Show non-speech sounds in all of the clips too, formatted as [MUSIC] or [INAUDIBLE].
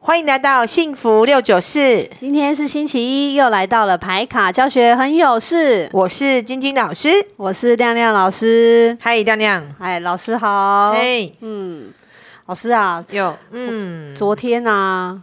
欢迎来到幸福六九四，今天是星期一，又来到了牌卡教学很有事，我是晶晶老师。我是亮亮老师。嗨，亮亮，哎，老师好。哎，嗯，老师啊，有，嗯，昨天啊，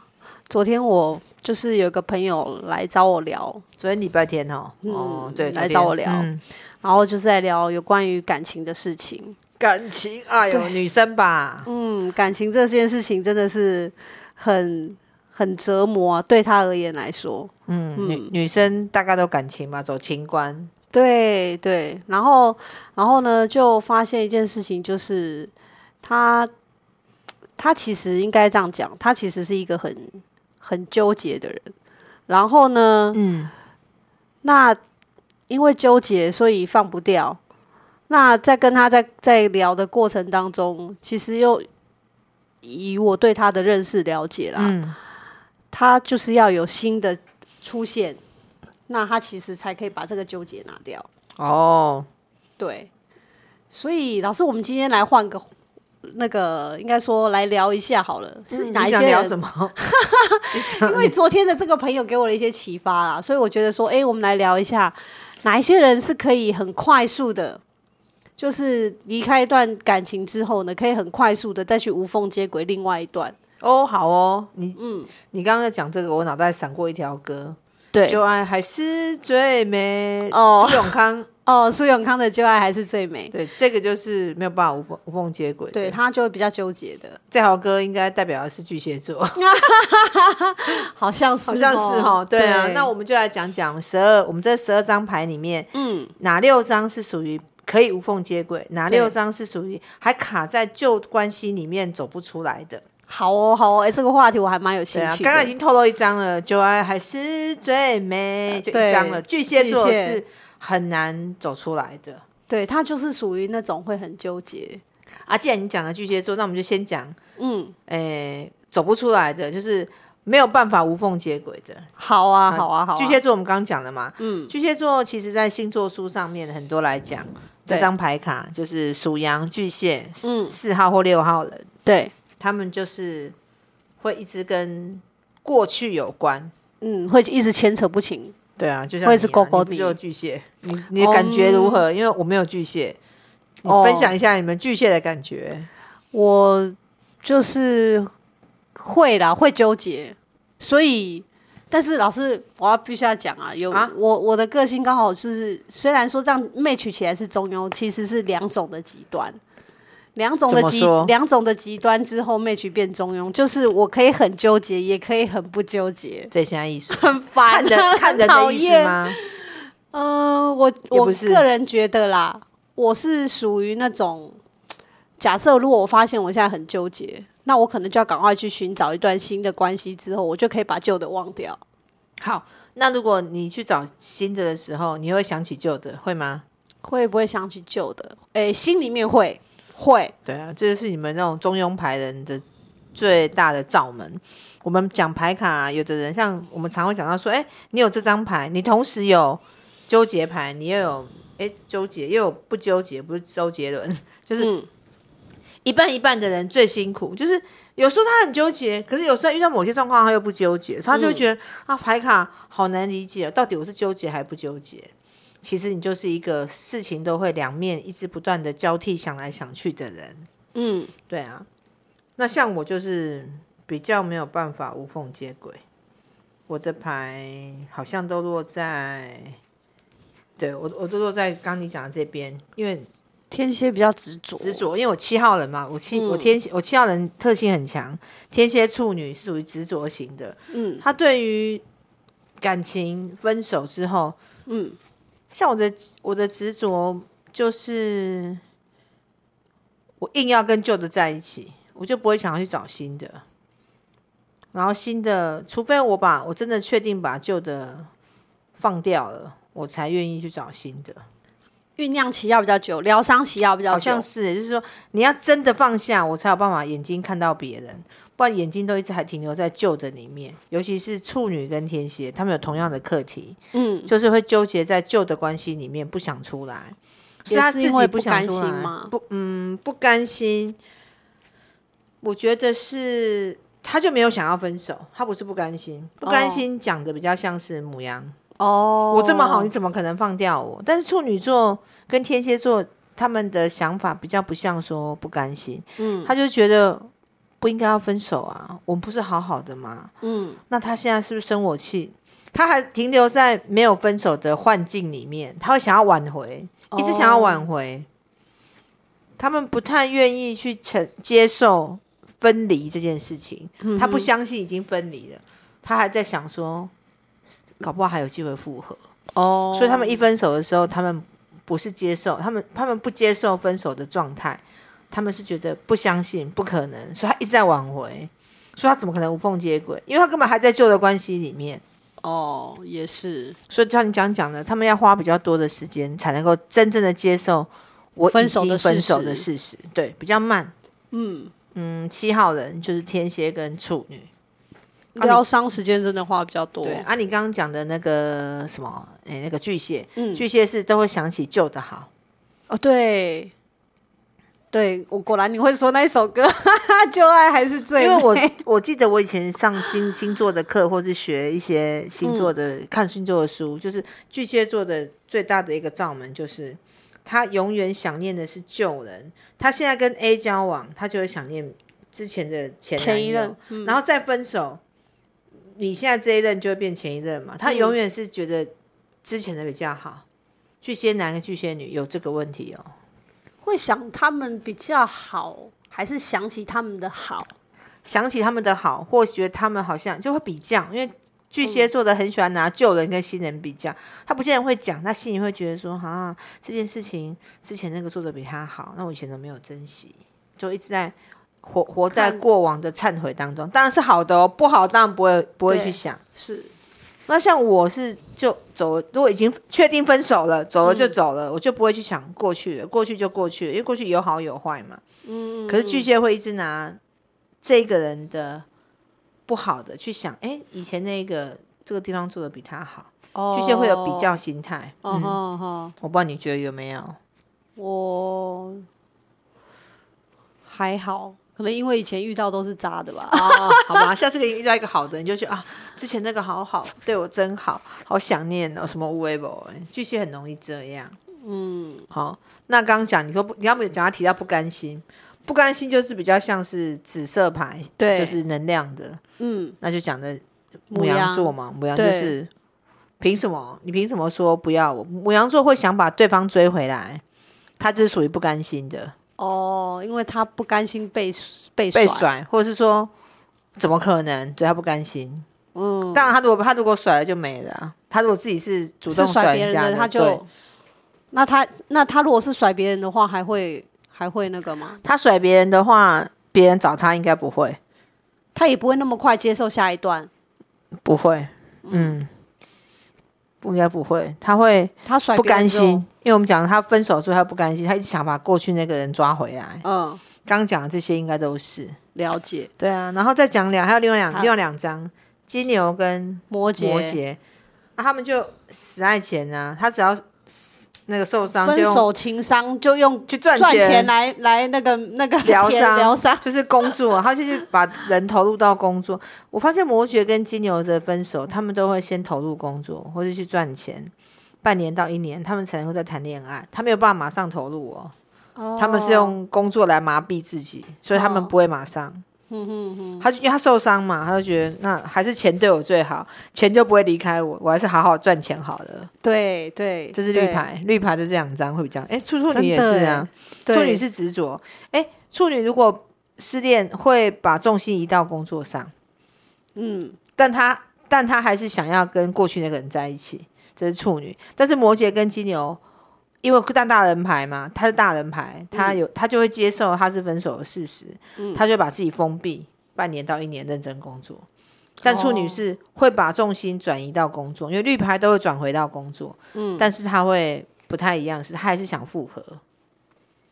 昨天我就是有一个朋友来找我聊，昨天礼拜天哦，哦，对，嗯来昨天找我聊嗯然后就是在聊有关于感情的事情。感情，哎呦，女生吧，嗯，感情这件事情真的是很很折磨啊，对他而言来说。嗯，女女生大概都感情嘛，走情关，对对，然后然后呢，就发现一件事情，就是他他其实应该这样讲，他其实是一个很很纠结的人。然后呢，嗯，那因为纠结，所以放不掉。那在跟他在在聊的过程当中，其实又以我对他的认识了解啦，嗯他就是要有新的出现，那他其实才可以把这个纠结拿掉。哦，对，所以老师，我们今天来换个那个，应该说来聊一下好了，是嗯哪一你些想聊什人？么？ [LAUGHS] 因为昨天的这个朋友给我了一些启发啦，所以我觉得说，哎、我们来聊一下哪一些人是可以很快速的。就是离开一段感情之后呢，可以很快速的再去无缝接轨另外一段。哦，好哦，你，嗯，你刚刚在讲这个，我脑袋闪过一条歌，对就爱还是最美，哦苏永康，哦，苏永康的旧爱还是最美，对，这个就是没有办法无缝无缝接轨的，对他就会比较纠结的，这条歌应该代表的是巨蟹座，好像是哦好像是哈，对啊。那我我们就来讲讲十二，我们这十二张牌里面嗯哪六张是属于可以无缝接轨，哪对六张是属于还卡在旧关系里面走不出来的？好哦好哦，哎、这个话题我还蛮有兴对啊，趣的。刚刚已经透露一张了，就爱还是最美，就一张了。巨蟹座巨蟹是很难走出来的对他就是属于那种会很纠结，啊。既然你讲了巨蟹座，那我们就先讲，嗯，诶，走不出来的，就是没有办法无缝接轨的。好啊，好啊，好啊，巨蟹座我们刚刚讲了嘛，嗯巨蟹座其实在星座书上面很多来讲，这对张牌卡就是属羊、巨蟹，嗯四号或六号人，对，他们就是会一直跟过去有关。嗯，会一直牵扯不清，对啊，就像会你一直啊勾勾你不你就有巨蟹，你你的感觉如何？因为我没有巨蟹，你哦分享一下你们巨蟹的感觉。我就是会啦，会纠结，所以。但是老师，我要必须要讲啊，有、啊我我的个性刚好就是，虽然说这样 match 起来是中庸，其实是两种的极端，两种的怎么极说两种的极端之后 match 变中庸，就是我可以很纠结，也可以很不纠结，，这现在意思 [LAUGHS] 很看烦、人看人讨的意思厌。吗？嗯，我也我不是个人觉得啦，我是属于那种，假设如果我发现我现在很纠结，那我可能就要赶快去寻找一段新的关系，之后我就可以把旧的忘掉。好，那如果你去找新的的时候，你会想起旧的，会吗？会不会想起旧的？诶、心里面会会，对啊，这就是你们那种中庸牌人的最大的罩门。我们讲牌卡、有的人像我们常会讲到说，哎，你有这张牌，你同时有纠结牌，你又有哎纠结，又有不纠结，不是周杰伦， [LAUGHS] 就是嗯，一半一半的人最辛苦，就是有时候他很纠结，可是有时候遇到某些状况他又不纠结，所以他就会觉得、啊牌卡好难理解，到底我是纠结还不纠结？其实你就是一个事情都会两面一直不断的交替想来想去的人。嗯，对啊，那像我就是比较没有办法无缝接轨，我的牌好像都落在，对我我都落在刚你讲的这边，因为天蝎比较执着，执着，因为我七号人嘛，我七、我嗯天蝎我七号人特性很强，天蝎处女是属于执着型的，嗯他对于感情分手之后，嗯，像我的我的执着就是，我硬要跟旧的在一起，我就不会想要去找新的。然后新的，除非我把我真的确定把旧的放掉了，我才愿意去找新的。酝酿期要比较久，疗伤期要比较好久像，是耶，就是说你要真的放下，我才有办法眼睛看到别人，不然眼睛都一直还停留在旧的里面。尤其是处女跟天蝎，他们有同样的课题，嗯，就是会纠结在旧的关系里面，不想出来，也他是自因为己不想甘出心来吗，不，嗯，不甘心。我觉得是他就没有想要分手，他不是不甘心，不甘心讲的比较像是母羊，哦，我这么好，你怎么可能放掉我？但是处女座跟天蝎座他们的想法比较不像说不甘心，嗯他就觉得不应该要分手啊，我们不是好好的吗？嗯，那他现在是不是生我气？他还停留在没有分手的幻境里面，他会想要挽回，哦一直想要挽回。他们不太愿意去承接受分离这件事情，嗯他不相信已经分离了，他还在想说，搞不好还有机会复合。哦，所以他们一分手的时候，他们不是接受，他们他们不接受分手的状态，他们是觉得不相信、不可能，所以他一直在挽回，所以他怎么可能无缝接轨？因为他根本还在旧的关系里面，哦也是所以就像你讲讲的，他们要花比较多的时间才能够真正的接受我已分手经的分事手的实事实，对，比较慢。嗯嗯，七号人就是天蝎跟处女，啊你疗伤时间真的花比较多，对，啊，你刚刚讲的那个什么，哎、那个巨蟹，嗯巨蟹是都会想起旧的好。哦对。对，我果然你会说那一首歌， [LAUGHS] 哈哈，旧爱还是最因为我美我记得我以前上星星座的课，或是学一些星嗯座的、看星座的书，就是巨蟹座的最大的一个罩门就是。他永远想念的是旧人，他现在跟 A 交往，他就会想念之前的前前男一友任，，嗯然后再分手，你现在这一任就会变前一任嘛。嗯他永远是觉得之前的比较好。巨蟹男跟巨蟹女有这个问题哦，会想他们比较好，还是想起他们的好？想起他们的好，或觉得他们好像就会比较，因为巨蟹座的很喜欢拿旧人跟新人比较，他不见得会讲，他心里会觉得说啊，这件事情之前那个做的比他好，那我以前都没有珍惜，就一直在活活在看过往的忏悔当中，当然是好的哦，不好当然不会不会去对想。是那像我是就走了，如果已经确定分手了，走了就走了，我就不会去想过去了，过去就过去了，因为过去有好有坏嘛。嗯。可是巨蟹会一直拿这个人的不好的去想，哎，以前那个这个地方做的比他好，巨蟹会有比较。心态。哦嗯，吼吼，我不知道你觉得有没有？我还好，可能因为以前遇到都是渣的吧。哦， [LAUGHS] 好吧，下次给你遇到一个好的，你就去啊，之前那个好好，对我真好，好想念哦，什么无微博，巨蟹很容易这样。嗯，好，那刚刚讲你说不，你要不讲他提到不甘心，不甘心就是比较像是紫色牌，对就是能量的，嗯，那就讲的母母羊羊座嘛，母羊就对是凭什么？你凭什么说不要我？母羊座会想把对方追回来，他就是属于不甘心的。哦，因为他不甘心被被被甩，或者是说怎么可能？对他不甘心。嗯，当然他如果他如果甩了就没了啊、他如果自己是主是动甩别人人家的，他对就那他那他如果是甩别人的话，还会还会那个吗？他甩别人的话，别人找他应该不会，他也不会那么快接受下一段，不会，嗯，不应该不会，他会他甩不别人甘之后心，，因为我们讲他分手之后他不甘心，他一直想把过去那个人抓回来。嗯，刚讲的这些应该都是了解。对啊，然后再讲两，还有另外两好另外两张金牛跟摩羯，摩羯，啊、他们就死爱钱啊，他只要死那个受伤就分用手情商就用去赚赚钱来来那个那个 [LAUGHS] 疗填伤疗伤，就是工作， [LAUGHS] 他就是把人投入到工作。我发现摩羯跟金牛的分手，他们都会先投入工作，或者去赚钱，半年到一年，他们才能够再谈恋爱。他没有办法马上投入哦，他们是用工作来麻痹自己，所以他们哦嗯不会马上。他就因为他受伤嘛，他就觉得那还是钱对我最好，钱就不会离开我，我还是好好赚钱好了。对对，这是绿对，牌，绿牌的这两张会比较，哎，处处真女也的是耶啊，对处女是执着，哎，处女如果失恋会把重心移到工作上，嗯但她但她还是想要跟过去那个人在一起，这是处女。但是摩羯跟金牛，因为大大人牌嘛，他是大人嗯牌，他有他就会接受他是分手的事实，他就把自己封闭半年到一年认真工作。但处女哦是会把重心转移到工作，因为绿牌都会转回到工作，嗯，但是他会不太一样，是他还是想复合，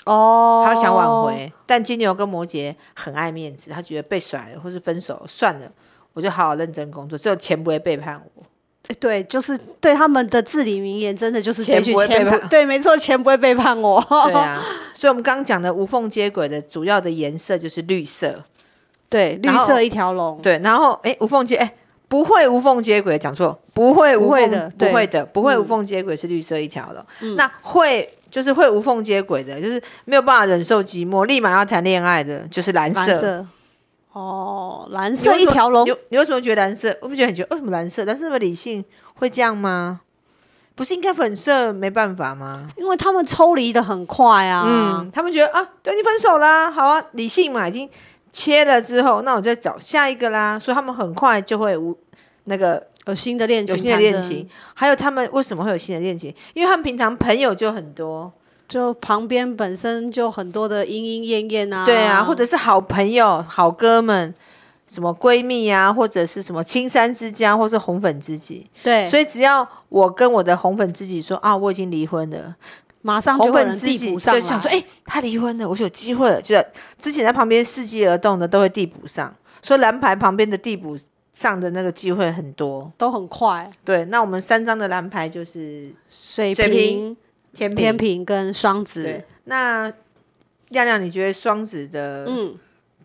哦，他想挽回。但金牛跟摩羯很爱面子，他觉得被甩了或是分手算了，我就好好认真工作，只有钱不会背叛我。诶，对，就是对他们的至理名言，真的就是这钱句不会背钱叛不 [LAUGHS] 对，没错，钱不会背叛我。对啊，所以我们刚刚讲的无缝接轨的主要的颜色就是绿色， [LAUGHS] 对，绿然后色一条龙，对，然后哎，无缝接哎，不会无缝接轨，讲错，不会无不会缝的不对嗯会的，不会无缝接轨是绿色一条的。那会就是会无缝接轨的，就是没有办法忍受寂寞，立马要谈恋爱的，就是蓝蓝色。色，哦，蓝你为色什一么条龙你，你为什么觉得蓝色？我不觉得很觉得为什么蓝色？蓝色那么理性会这样吗？不是应该粉色没办法吗？因为他们抽离的很快啊，嗯，他们觉得啊，对你分手啦，好啊，理性嘛，已经切了之后，那我再找下一个啦，所以他们很快就会无那个有新的恋情，有新的恋情，，还有他们为什么会有新的恋情？因为他们平常朋友就很多，就旁边本身就很多的莺莺燕燕啊，对啊，或者是好朋友、好哥们，什么闺蜜啊，或者是什么青山之交，或是红粉知己。对，所以只要我跟我的红粉知己说啊，我已经离婚了，马上红就会有粉人知递己补上就来，想说，哎、他离婚了，我就有机会了。就在之前在旁边伺机而动的都会递补上，所以蓝牌旁边的递补上的那个机会很多。都很快，对，那我们三张的蓝牌就是水水瓶、天平天平跟双子对，，那亮亮，你觉得双子的、嗯，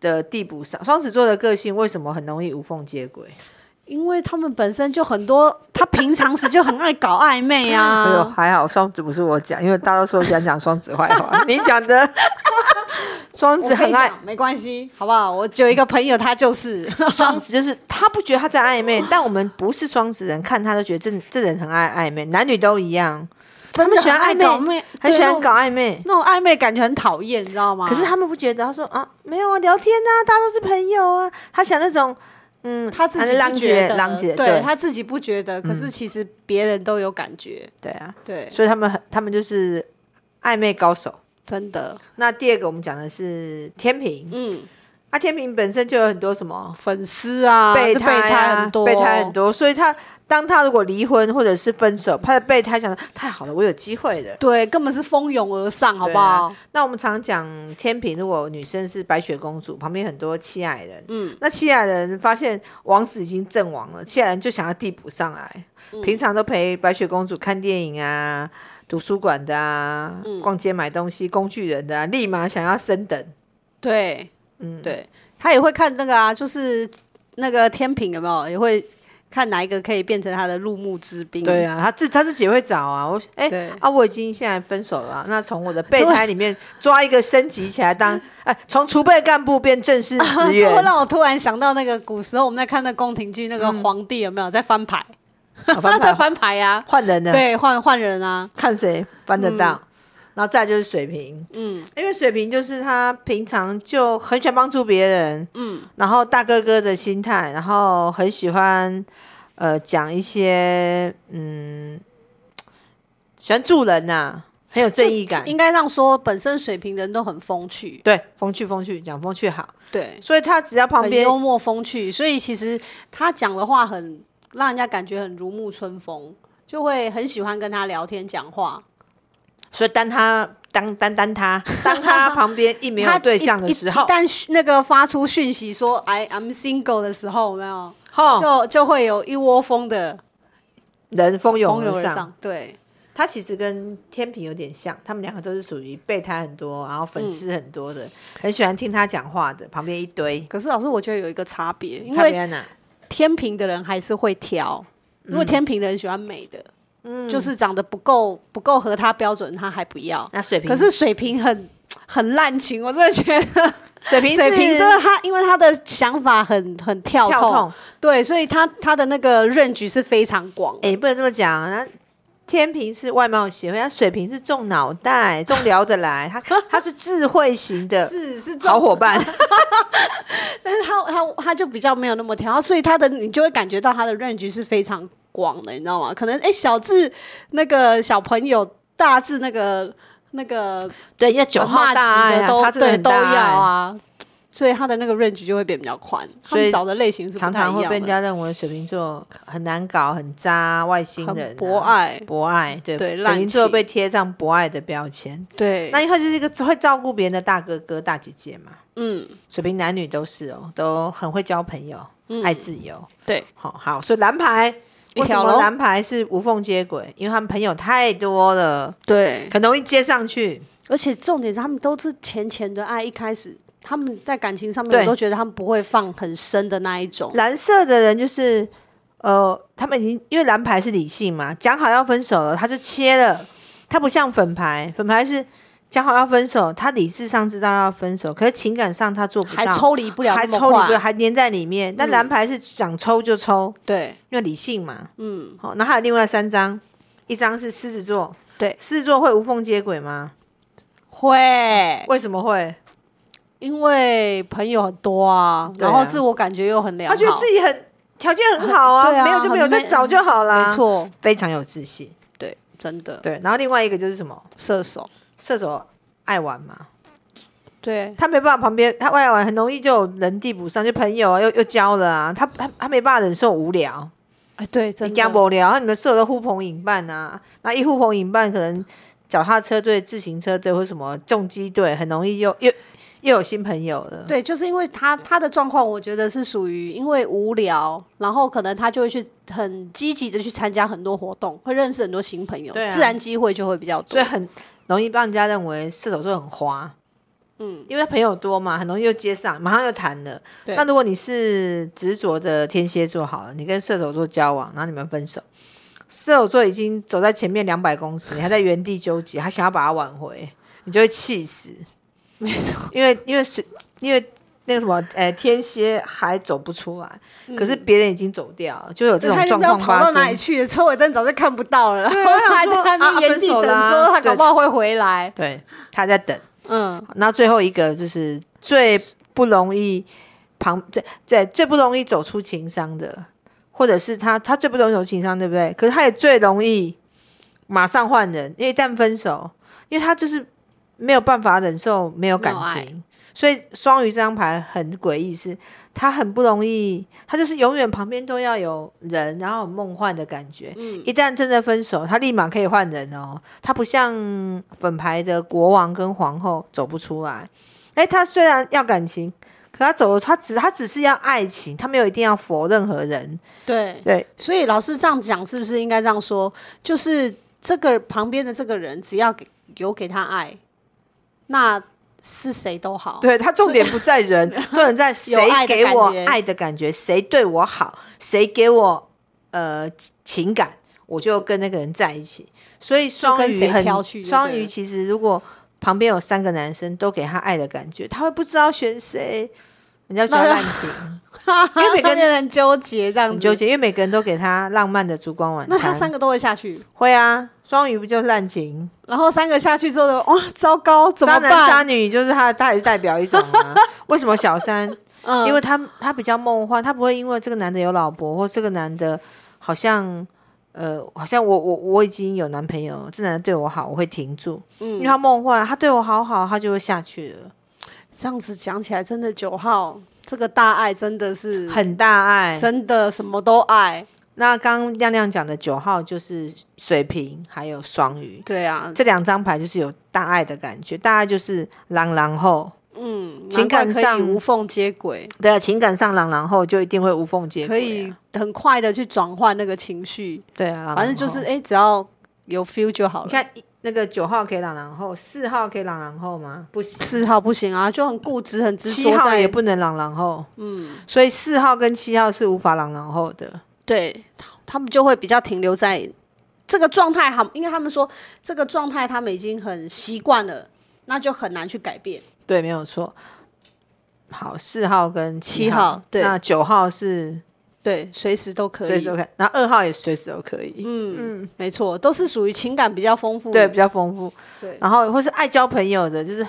的地步上，双子座的个性为什么很容易无缝接轨？因为他们本身就很多，他平常时就很爱搞暧 [LAUGHS] 昧哎呦，啊，还好双子不是我讲，因为大多数想讲双子坏话， [LAUGHS] 你讲的。双我子跟很你爱讲，没关系，好不好？我有一个朋友，[LAUGHS] 他就是。双子，就是他不觉得他在暧昧，但我们不是双子人，看他都觉得这这人很爱暧昧，男女都一样，真们的喜欢很爱暧昧搞妹，很喜欢对搞暧昧。那种那种暧昧，感觉很讨厌，你知道吗？可是他们不觉得，他说啊，没有啊，聊天啊，大家都是朋友啊。他想那种，嗯，他自己浪不觉姐，得，浪姐，对对他自己不觉得，可是其实别人都有感觉，对啊，对，所以他们很，他们就是暧昧高手。真的，那第二个我们讲的是天平，嗯，啊，天平本身就有很多什么粉丝啊，备这胎、备啊、很多，备胎很，多，所以他当他如果离婚或者是分手，他的备胎想说太好了，我有机会的。对，根本是蜂拥而上，好对不好？啊那我们常讲天平，如果女生是白雪公主，旁边很多七矮人，嗯，那七矮人发现王子已经阵亡了，七矮人就想要递补上来，嗯平常都陪白雪公主看电影啊、图书馆的啊、嗯逛街买东西、工具人的啊，立马想要升等。对，嗯，对，他也会看那个啊，就是那个天平有没有，也会看哪一个可以变成他的入幕之兵， [LAUGHS] 对啊，他自他自己会找啊。我哎、对啊，我已经现在分手了啊、那从我的备胎里面抓一个升级起来当， [LAUGHS] 哎，从储备干部变正式职 [LAUGHS] 这会员，让我突然想到那个古时候我们在看那宫廷剧，那个皇帝有没有在翻牌？好嗯哦翻 [LAUGHS] 在牌翻牌呀、换人啊，了，对，换换人啊，看谁翻得到。然后再来就是水瓶，嗯，因为水瓶就是他平常就很喜欢帮助别人，嗯，然后大哥哥的心态，然后很喜欢呃讲一些嗯，喜欢助人呐、啊很有正义感就，应该让说本身水平人都很风趣，对，风趣风趣，讲风趣好，对，所以他只要旁很边幽默风趣，所以其实他讲的话很让人家感觉很如沐春风，就会很喜欢跟他聊天讲话。所以当他当当当他当他 [LAUGHS] 旁边一没有他对一象的一时候一，旦讯那个发出讯息说 “I am single” 的时候，有没哦有吼，就就会有一窝蜂的人蜂拥蜂而拥而上。上。对，他其实跟天平有点像，他们两个都是属于备胎很多，然后嗯粉丝很多的，很喜欢听他讲话的，旁边一堆。可是老师，我觉得有一个差别，因差别为在哪？天平的人还是会挑，如嗯果天平的人喜欢美的，就是长得不够不够合他标准，他还不要。那水瓶可是水瓶很很滥情，我真的觉得水瓶水是瓶真的他，因为他的想法很很跳跳痛，对，所以他他的那个 range 是非常广的。哎、不能这么讲。那天平是外貌协会，那水瓶是重脑袋、重聊得来，他他是智慧型的是是这好种伙 [LAUGHS] 伴。但是他他他就比较没有那么挑，所以他的你就会感觉到他的 range 是非常广的，你知道吗？可能哎、诶小智那个小朋友，大智那个那个对，要九号骂大级爱、的啊，都他真的对很都大要爱。啊，所以他的那个 range 就会变比较宽，所以他们找的类型是不常太一常样的会被人家认为水瓶座很难搞、很渣、外星人、啊很博、爱，博爱。对，对水滥瓶座情被贴上博爱的标签。对，那因为他就是一个会照顾别人的大哥哥、大姐姐嘛。嗯水瓶男女都是哦，都很会交朋友，爱自由。对，好、好，所以蓝牌嗯一为什条么龙蓝牌是无缝接轨？因为他们朋友太多了，对，很容易接上去。而且重点是他们都是浅浅的爱，一开始他们在感情上面，对我都觉得他们不会放很深的那一种。蓝色的人就是呃，他们已经因为蓝牌是理性嘛，讲好要分手了，他就切了，他不像粉牌，粉牌是讲好要分手，他理智上知道要分手，可是情感上他做不还到，抽离不了还那么抽离不了，快，嗯还粘在里面。但蓝牌是想抽就抽，对因为理性嘛，嗯，好，那还有另外三张，一张是狮子座，对，狮子座会无缝接轨吗？会，为什么会？因为朋友很多啊，对啊然后自我感觉又很良好，他觉得自己很条件很好啊，对啊没有就没有，很再美找就好啦，没，错，非常有自信。对，真的对，然后另外一个就是什么？射手，射手爱玩嘛，对他没办法旁边他爱玩，很容易就有人地不上，就朋友啊又又交了啊，他他他没办法忍受无聊，哎对，你真讲的无聊，然后你们射手都呼朋引伴啊，那一呼朋引伴，可能脚踏车队、自行车队或什么重机队，很容易又又又有新朋友了。对，就是因为他他的状况，我觉得是属于因为无聊，然后可能他就会去很积极的去参加很多活动，会认识很多新朋友，对啊啊自然机会就会比较所多 [LAUGHS] 以。很容易让人家认为射手座很花。嗯，因为朋友多嘛，很容易就接上，马上就谈了。对那如果你是执着的天蝎座好了，你跟射手座交往，然后你们分手，射手座已经走在前面两百公尺，你还在原地纠结，还想要把它挽回，你就会气死。没错，因为因为是因为那个什么，呃，天蝎还走不出来，可是别人已经走掉了，就有这就嗯他种就不状知道况跑发到哪里生。去了，车尾灯早就看不到了，然后 [LAUGHS] 他还我想说在那啊啊边原地分手等，啦说他搞对不好会回来。对，他在等。嗯，那最后一个就是最不容易旁最最最不容易走出情伤的，或者是他他最不容易走出情伤，对不对？可是他也最容易马上换人，因为一旦分手，因为他就是没有办法忍受没有感没有情。所以双鱼这张牌很诡异，是他很不容易，他就是永远旁边都要有人，然后有梦幻的感觉。嗯一旦真的分手，他立马可以换人哦。他不像粉牌的国王跟皇后走不出来。哎，他虽然要感情，可他走，他只他只是要爱情，他没有一定要佛任何人。对。对所以老师这样讲，是不是应该这样说？就是这个旁边的这个人，只要给有给他爱，那是谁都好。对，他重点不在人，重点在谁哦有爱的给我感觉爱的感觉，谁对我好，谁给我呃情感，我就跟那个人在一起。所以双跟鱼谁很飘去就对双鱼，了其实如果旁边有三个男生都给他爱的感觉，他会不知道选谁，人家觉得那滥情， [LAUGHS] 因为每个人他变很纠结这样子，很纠。结，因为每个人都给他浪漫的烛光晚那他三餐。个都会下去，会啊，双鱼不就是滥情？然后三个下去之后，哇，糟糕，怎渣么男啊办？渣女就是他，他也是代表一种 [LAUGHS] 啊。为什么小三？嗯，因为他他比较梦幻，他不会因为这个男的有老婆，或这个男的好像呃，好像我我我已经有男朋友，这男的对我好，我会停住，嗯因为他梦幻，他对我好好，他就会下去了，这样子讲起来，真的九号这个大爱真的是很大爱。嗯真的什么都爱，那刚刚亮亮讲的九号就是水瓶，还有双鱼，对啊，这两张牌就是有大爱的感觉，大爱就是狼狼后，嗯，情感难怪上可以无缝接轨，对啊，情感上狼狼后就一定会无缝接可轨、以啊，很快的去转换那个情绪，对啊，狼反正狼就是后哎、诶只要有 feel 就好你了。看一那个九号可以朗朗后，四号可以朗朗后吗？不行。四号不行啊，就很固执，很执七着号在也不能朗朗后，嗯，所以四号跟七号是无法朗朗后的，对，他他们就会比较停留在这个状态。好，应该他们说这个状态他们已经很习惯了，那就很难去改变。对，没有错。好，四号跟七号对那九号是对，随时都可随以嗯时，都可以，那二号也随时都可以，没错，都是属于情感比较丰富。对，比较丰富。对然后或是爱交朋友的，就是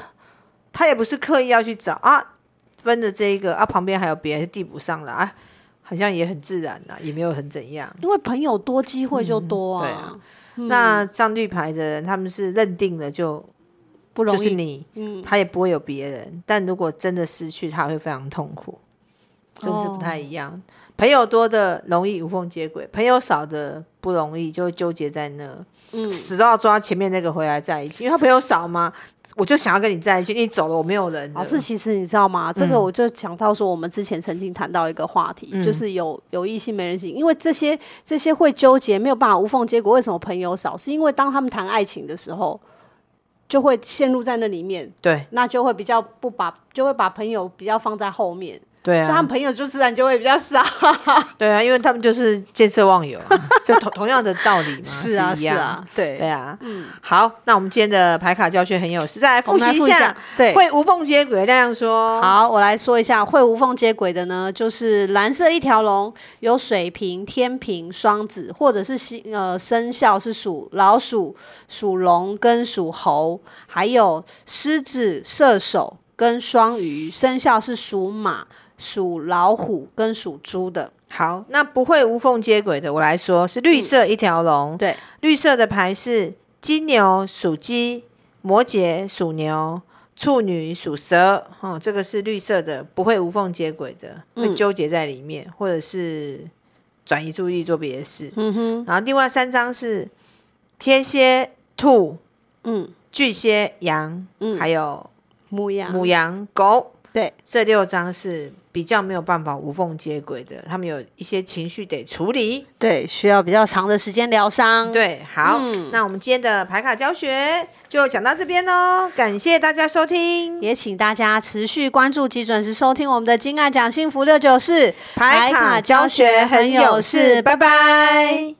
他也不是刻意要去找啊，分的这一个啊，旁边还有别人递补上了啊，好像也很自然啊，也没有很怎样。因为朋友多，机会就多对啊啊，那像绿牌的人，他们是认定了就不容就是易。嗯你，他也不会有别人。但如果真的失去，他会非常痛苦，就是不太一样。哦朋友多的容易无缝接轨，朋友少的不容易，就会纠结在那，嗯死都要抓前面那个回来在一起，因为他朋友少嘛，我就想要跟你在一起，你走了我没有人了老师，其实你知道吗？这个我就讲到说，我们之前曾经谈到一个话题，就是有有异性没人性，因为这些这些会纠结，没有办法无缝接轨。为什么朋友少？是因为当他们谈爱情的时候，就会陷入在那里面，对那就会比较不把，就会把朋友比较放在后面，对所以他啊们，朋友就自然就会比较少。对啊，因为他们就是见色忘 [LAUGHS] 友啊，就同同样的道理嘛，是啊，一是样。啊，对对啊，嗯，好，那我们今天的牌卡教学很有实在，我复们来习复一一下，，对，会无缝接轨。亮亮说，好，我来说一下会无缝接轨的呢，就是蓝色一条龙，有水瓶、天平、双子，或者是星呃生肖是属老鼠、属龙跟属猴，还有狮子、射手跟双鱼，生肖是属马、属老虎跟属猪的。好，那不会无缝接轨的，我来说是绿色一条龙，嗯对，绿色的牌是金牛属鸡，摩羯属牛，处女属蛇。哦，这个是绿色的，不会无缝接轨的，会嗯纠结在里面，或者是转移注意力做别的事。嗯哼，然后另外三张是天蝎、兔、嗯，巨蟹、羊，嗯还有母羊，母羊、狗。对，这六张是比较没有办法无缝接轨的，他们有一些情绪得处理。对，需要比较长的时间疗伤。对，好，嗯那我们今天的牌卡教学就讲到这边喽，感谢大家收听也请大家持续关注及准时收听我们的《金爱讲幸福六九四》，牌卡教学很有事拜拜。